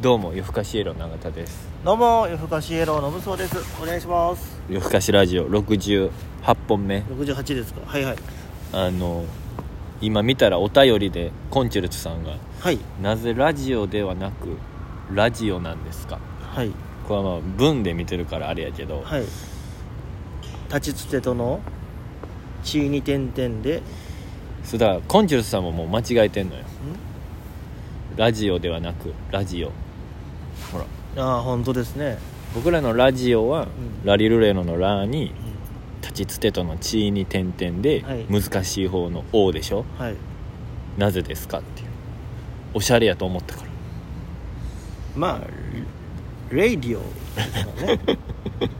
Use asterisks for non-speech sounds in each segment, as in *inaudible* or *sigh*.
どうも夜更かしイエロー永田ですどうも夜更かしイエローのぶそうですお願いします夜更かしラジオ68本目68ですかはいはいあの今見たらお便りでコンチェルトさんがはい「なぜラジオではなくラジオなんですか?はい」これはまあ文で見てるからあれやけど、はい立ちつてとの地位に点々でんそうだからコンチェルトさんももう間違えてんのよラジオではなくラジオほらああ本当ですね、僕らのラジオは、んラリルレのの「ラ」に「う立ちつてとの「地」に点々で、はい難しい方の「お」でしょん、はいなぜですかっていうおしゃれやと思ったからまあレイディオですからね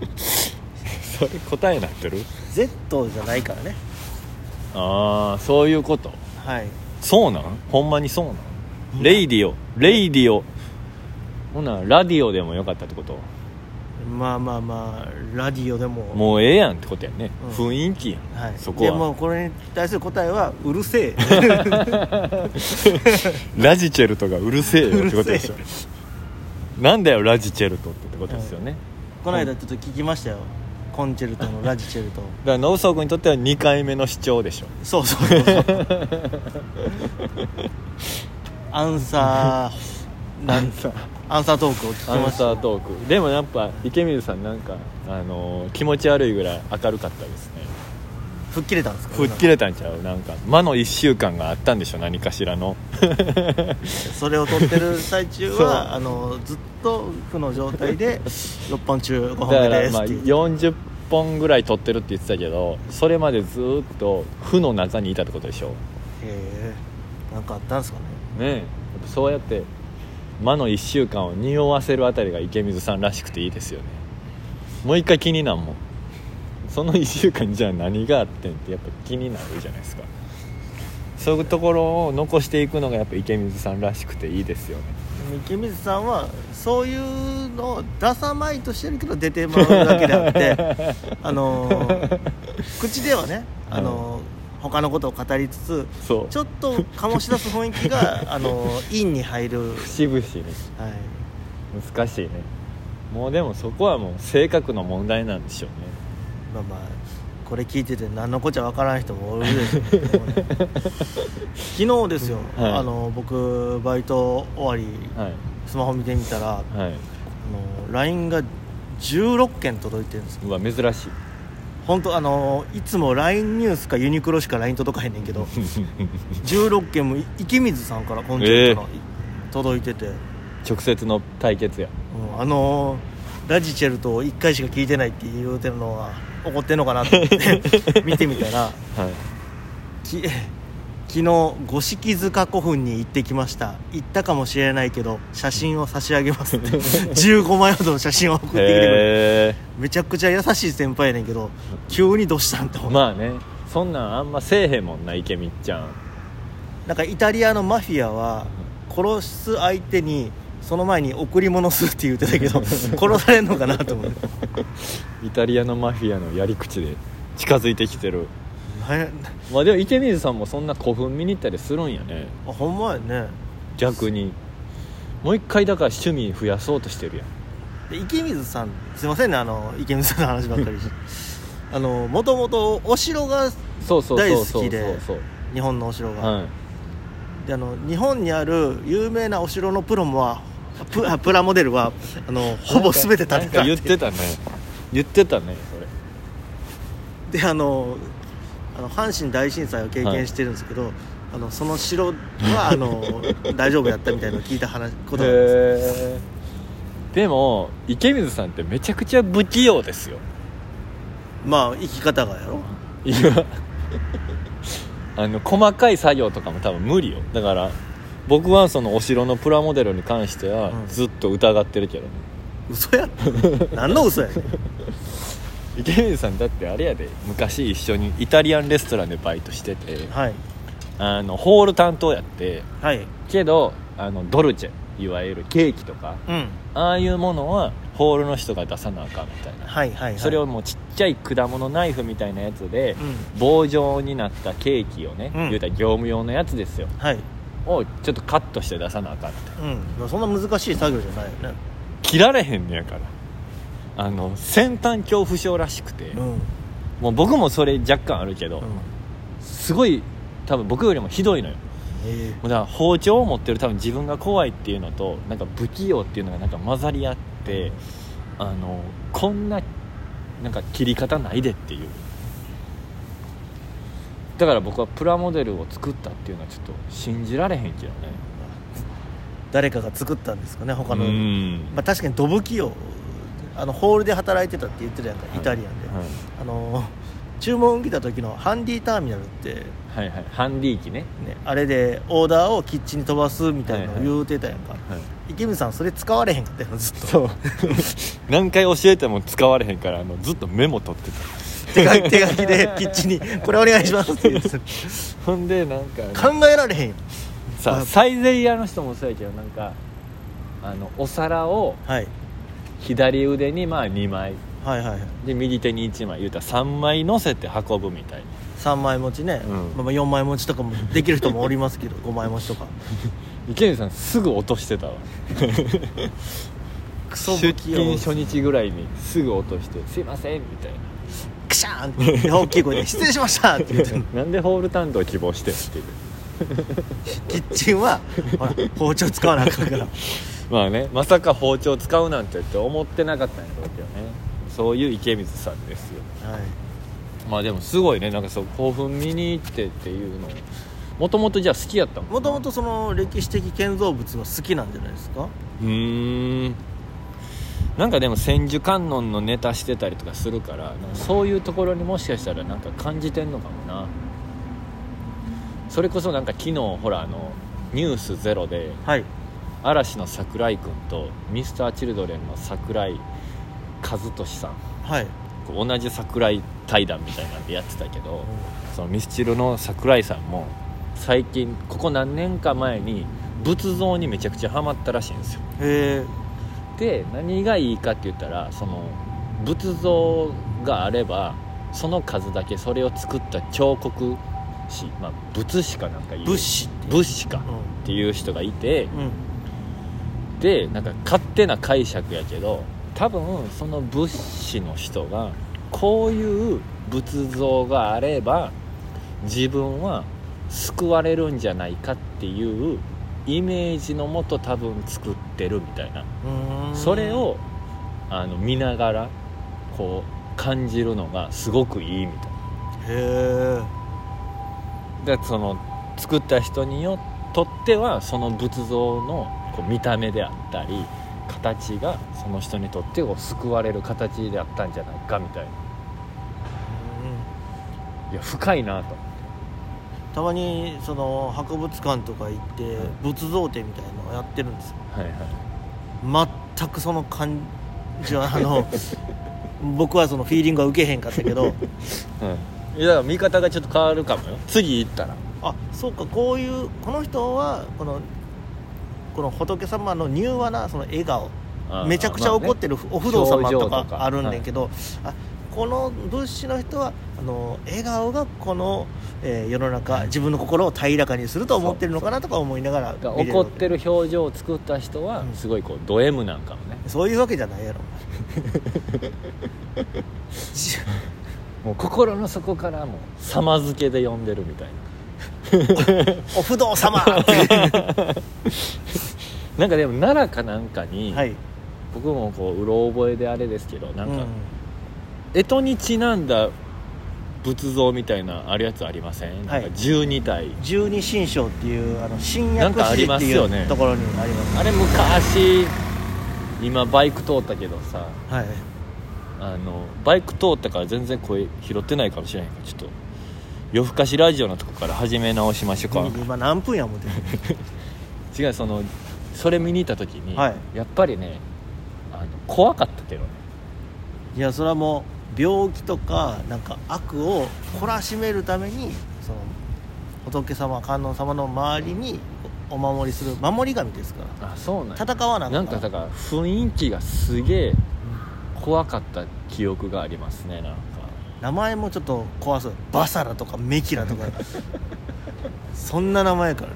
それ答えなってる Z じゃないからねああそういうことはいそうなんほんまにそうなん、レイディオレイディオほなラディオでもよかったってことまあまあまあラディオでももうええやんってことやね、うん雰囲気やん、はい、そこはでもうこれに対する答えはうるせえ *laughs* ラジチェルトがうるせえよってことでしょうなんだよラジチェルトってってことですよね、この間ちょっと聞きましたよコンチェルトのラジチェルトだからノウソウ君にとっては2回目の主張でしょそうそうそうそうアンサーなんアンサートークを聞アきまンしサたートークでもやっぱ池水さんなんか、あのー気持ち悪いぐらい明るかったですね吹っ切れたんですか吹っ切れたんちゃうなんか魔の1週間があったんでしょ何かしらのそれを撮ってる最中そうはあのずっと負の状態 *laughs* で6本中5だ本か目でらすまっあていう40本ぐらい撮ってるって言ってたけどそれまでずーっと負の中にいたってことでしょへえなんかあったんですかねねえやっぱそうやって魔の1週間を匂わせるあたりが池水さんらしくていいですよねもう一回気になんもんその1週間じゃあ何があってんってやっぱ気になるじゃないですかそういうところを残していくのがやっぱ池水さんらしくていいですよね池水さんはそういうのを出さまいとしてるけど出てまうだけであって *laughs* あの口ではねあの、他のことを語りつつそうちょっと醸し出す雰囲気が *laughs* あの陰に入る、はい、節々に難しいねもうでもそこはもう性格の問題なんでしょうねまあまあこれ聞いてて何のこっちゃわからない人もおるでしょうけどね昨日ですよ、はいあの僕バイト終わりはいスマホ見てみたらあはいの LINE が16件届いてるんですようわ珍しい *laughs* 本当あのいつも LINE ニュースかユニクロしか LINE 届かへんねん *laughs* けど16件も池水さんから今週から届いてて、直接の対決やうんあのーラジチェルトを1回しか聞いてないって言うてるのは怒ってんのかなと思っ *laughs* て見てみたらはいき昨日五色塚古墳に行ってきました行ったかもしれないけど写真を差し上げますって *laughs* 15枚ほどの写真を送ってきてくれてへめちゃくちゃ優しい先輩やねんけど急にどうしたんって思えって、まあねそんなんあんませえへんもんな池みっちゃんなんかイタリアのマフィアは殺す相手にその前に贈り物するって言ってた *laughs* けど殺されんのかなと思ってイタリアのマフィアのやり口で近づいてきてるなまあでも池水さんもそんな古墳見に行ったりするんやねあほんまやね逆にもう一回だから趣味増やそうとしてるやんで池水さんすいませんねあの池水さんの話ばっか *laughs* りしてあのもともとお城がそうそうそうそう大好そきうでそう日本のお城が、はいであの日本にある有名なお城のプロもはプ *laughs* あプラモデルはあのほぼ全て建てたなんか言っっててたね言ってたねそれであのあの阪神大震災を経験してるんですけど、あのその城は *laughs* あの大丈夫やったみたいなのを聞いた話ことなんですへーでも池水さんってめちゃくちゃ不器用ですよまあ生き方がやろ今あの細かい作業とかも多分無理よだから僕はそのお城のプラモデルに関してはうんずっと疑ってるけどね、嘘や何の嘘やねん池水さんだってあれやで昔一緒にイタリアンレストランでバイトしててはいあのホール担当やってはいけどあのドルチェいわゆるケーキとかうんああいうものはホールの人が出さなあかんみたいなはいはいはいそれをもうちっちゃい果物ナイフみたいなやつでう棒状になったケーキをね、うん言うたら業務用のやつですよんはいをちょっとカットして出さなあかんってうん、そんな難しい作業じゃないよね切られへんのやからあの先端恐怖症らしくて、うん、うんもう僕もそれ若干あるけど、すごい多分僕よりもひどいのよえもうだから包丁を持ってる多分自分が怖いっていうのとなんか不器用っていうのがなんか混ざり合ってあのこんななんか切り方ないでっていうだから僕はプラモデルを作ったっていうのはちょっと信じられへんけどね誰かが作ったんですかね他の、うんまあ、確かにドブ器用あのホールで働いてたって言ってたやんか、イタリアンで、あの注文受けた時のハンディターミナルってはい、はいはいハンディ機ね、ね、あれでオーダーをキッチンに飛ばすみたいなのを言うてたやんか、池水さんそれ使われへんかったよずっとそう *laughs* 何回教えても使われへんからあのずっとメモ取ってた *laughs* 手書手書きでキッチンに「これお願いします」って言うんですほんでなんかあの考えられへんよさあサイゼリヤの人もそうやけどなんかあのお皿をはい左腕にまあ2枚はいはいはいで右手に1枚言うたら3枚乗せて運ぶみたいな3枚持ちね、うんまあまあ、4枚持ちとかもできる人もおります *laughs* けど5枚持ちとか池水さんすぐ落として *laughs* たわクソ出不器勤用初日ぐらいにすぐ落として「すいません」みたいクシャーンって大きい声で「失礼しました」って言 *laughs* ってな「なんでホール担当希望してん」っていうキッチンはほら包丁使わなあかんからまあねまさか包丁使うなんてって思ってなかったんやろうけどねそういう池水さんですよはいまあでもすごいねなんかそう興奮見に行ってっていうのもともとじゃあ好きやったもんもともとその歴史的建造物が好きなんじゃないですかうーんなんかでも千手観音のネタしてたりとかするからなんかそういうところにもしかしたらなんか感じてんのかもなそれこそなんか昨日ほらあの「ニュースゼロではい嵐の桜井君と Mr.Children の桜井和俊さんはいこう同じ桜井対談みたいなんでやってたけどそのミスチルの桜井さんも最近ここ何年か前に仏像にめちゃくちゃハマったらしいんですよへえで何がいいかって言ったらその仏像があればその数だけそれを作った彫刻師、まあ、仏師かなんかいう物資って仏師かっていう人がいてうん、うん、でなんか勝手な解釈やけど多分その仏師の人がこういう仏像があれば自分は救われるんじゃないかっていうイメージのもと多分作ってるみたいなうーんそれをあの見ながらこう感じるのがすごくいいみたいへえなでその作った人によとってはその仏像のこう見た目であったり形がその人にとってこう救われる形であったんじゃないかみたいないや深いなとたまにその博物館とか行って仏像展みたいなのをやってるんですよはいはい全くその感じはあの *laughs* 僕はそのフィーリングは受けへんかったけどいやだから見方がちょっと変わるかもよ次行ったらあそうかこういうこの人はこのこの仏様の柔和なその笑顔あーめちゃくちゃ怒ってるお不動様と表情とかかあるんだけど、あこの物資の人はあの笑顔がこの、えー世の中自分の心を平らかにすると思ってるのかなとか思いながらが見れる怒ってる表情を作った人はうんすごいこうド M なんかもねそういうわけじゃない *laughs* やろじもう心の底からもう「様付け」で呼んでるみたいなお不動様 *laughs* はなんかでも奈良かなんかに、い、僕もこううろ覚えであれですけどなんうんか、干支にちなんだ仏像みたいなあるやつありません、はいなんか12体十二神将っていうあの新なん薬かあ師りっまてすいよねうところにありますあれ昔今バイク通ったけどさはいあのバイク通ったから全然声拾ってないかもしれないからちょっと夜更かしラジオのとこから始め直しましょうか、今何分や思ってる違うそのそれ見に行った時に、はいやっぱりねあの怖かったけどねいやそれはもう病気とかなんか悪を懲らしめるためにその仏様観音様の周りにおお守りする守り神ですかあそうなんやら戦わなあなあんかだから雰囲気がすげえ怖かった記憶がありますねなんか名前もちょっと *laughs* 怖そうバサラとかメキラとかそんな名前やからね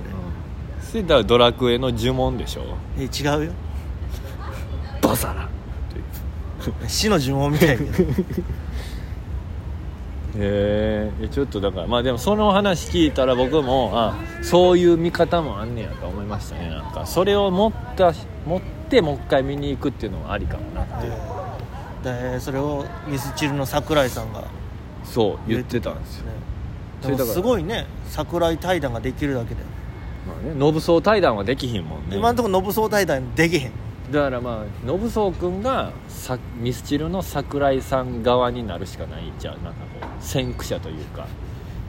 それだからドラクエの呪文でしょえ違うよバサラ死の呪文みたいに *laughs* へえちょっとだからまあでもその話聞いたら僕もあそういう見方もあんねやと思いましたねなんかそれを持った持ってもう一回見に行くっていうのもありかもなっていうでそれをミスチルの桜井さんがそう言ってたんですよ、ねそでれだもからすごいね桜井対談ができるだけで、まあね、ノブソウ対談はできひんもんね今のところ信相対談できへんだからまあノブソウ君がさミスチルの桜井さん側になるしかないんちゃうなんかこう先駆者というか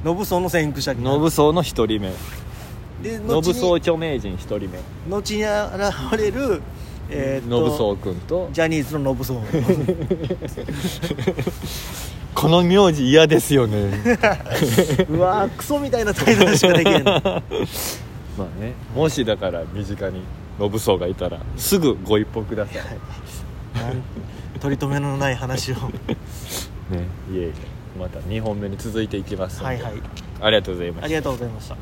信相の先駆者になノるブソウの一人目でノ後ブソウに著名人一人目後に現れる、えーっとノブソウ君とジャニーズの信相 *laughs* この名字嫌ですよねうわークソみたいな対談しかできへんの *laughs* まあねもしだから身近にノブソウがいたらすぐご一報くださいなん取り留めのない話をねいえいえまた2本目に続いていきますんではいはいありがとうございましたありがとうございました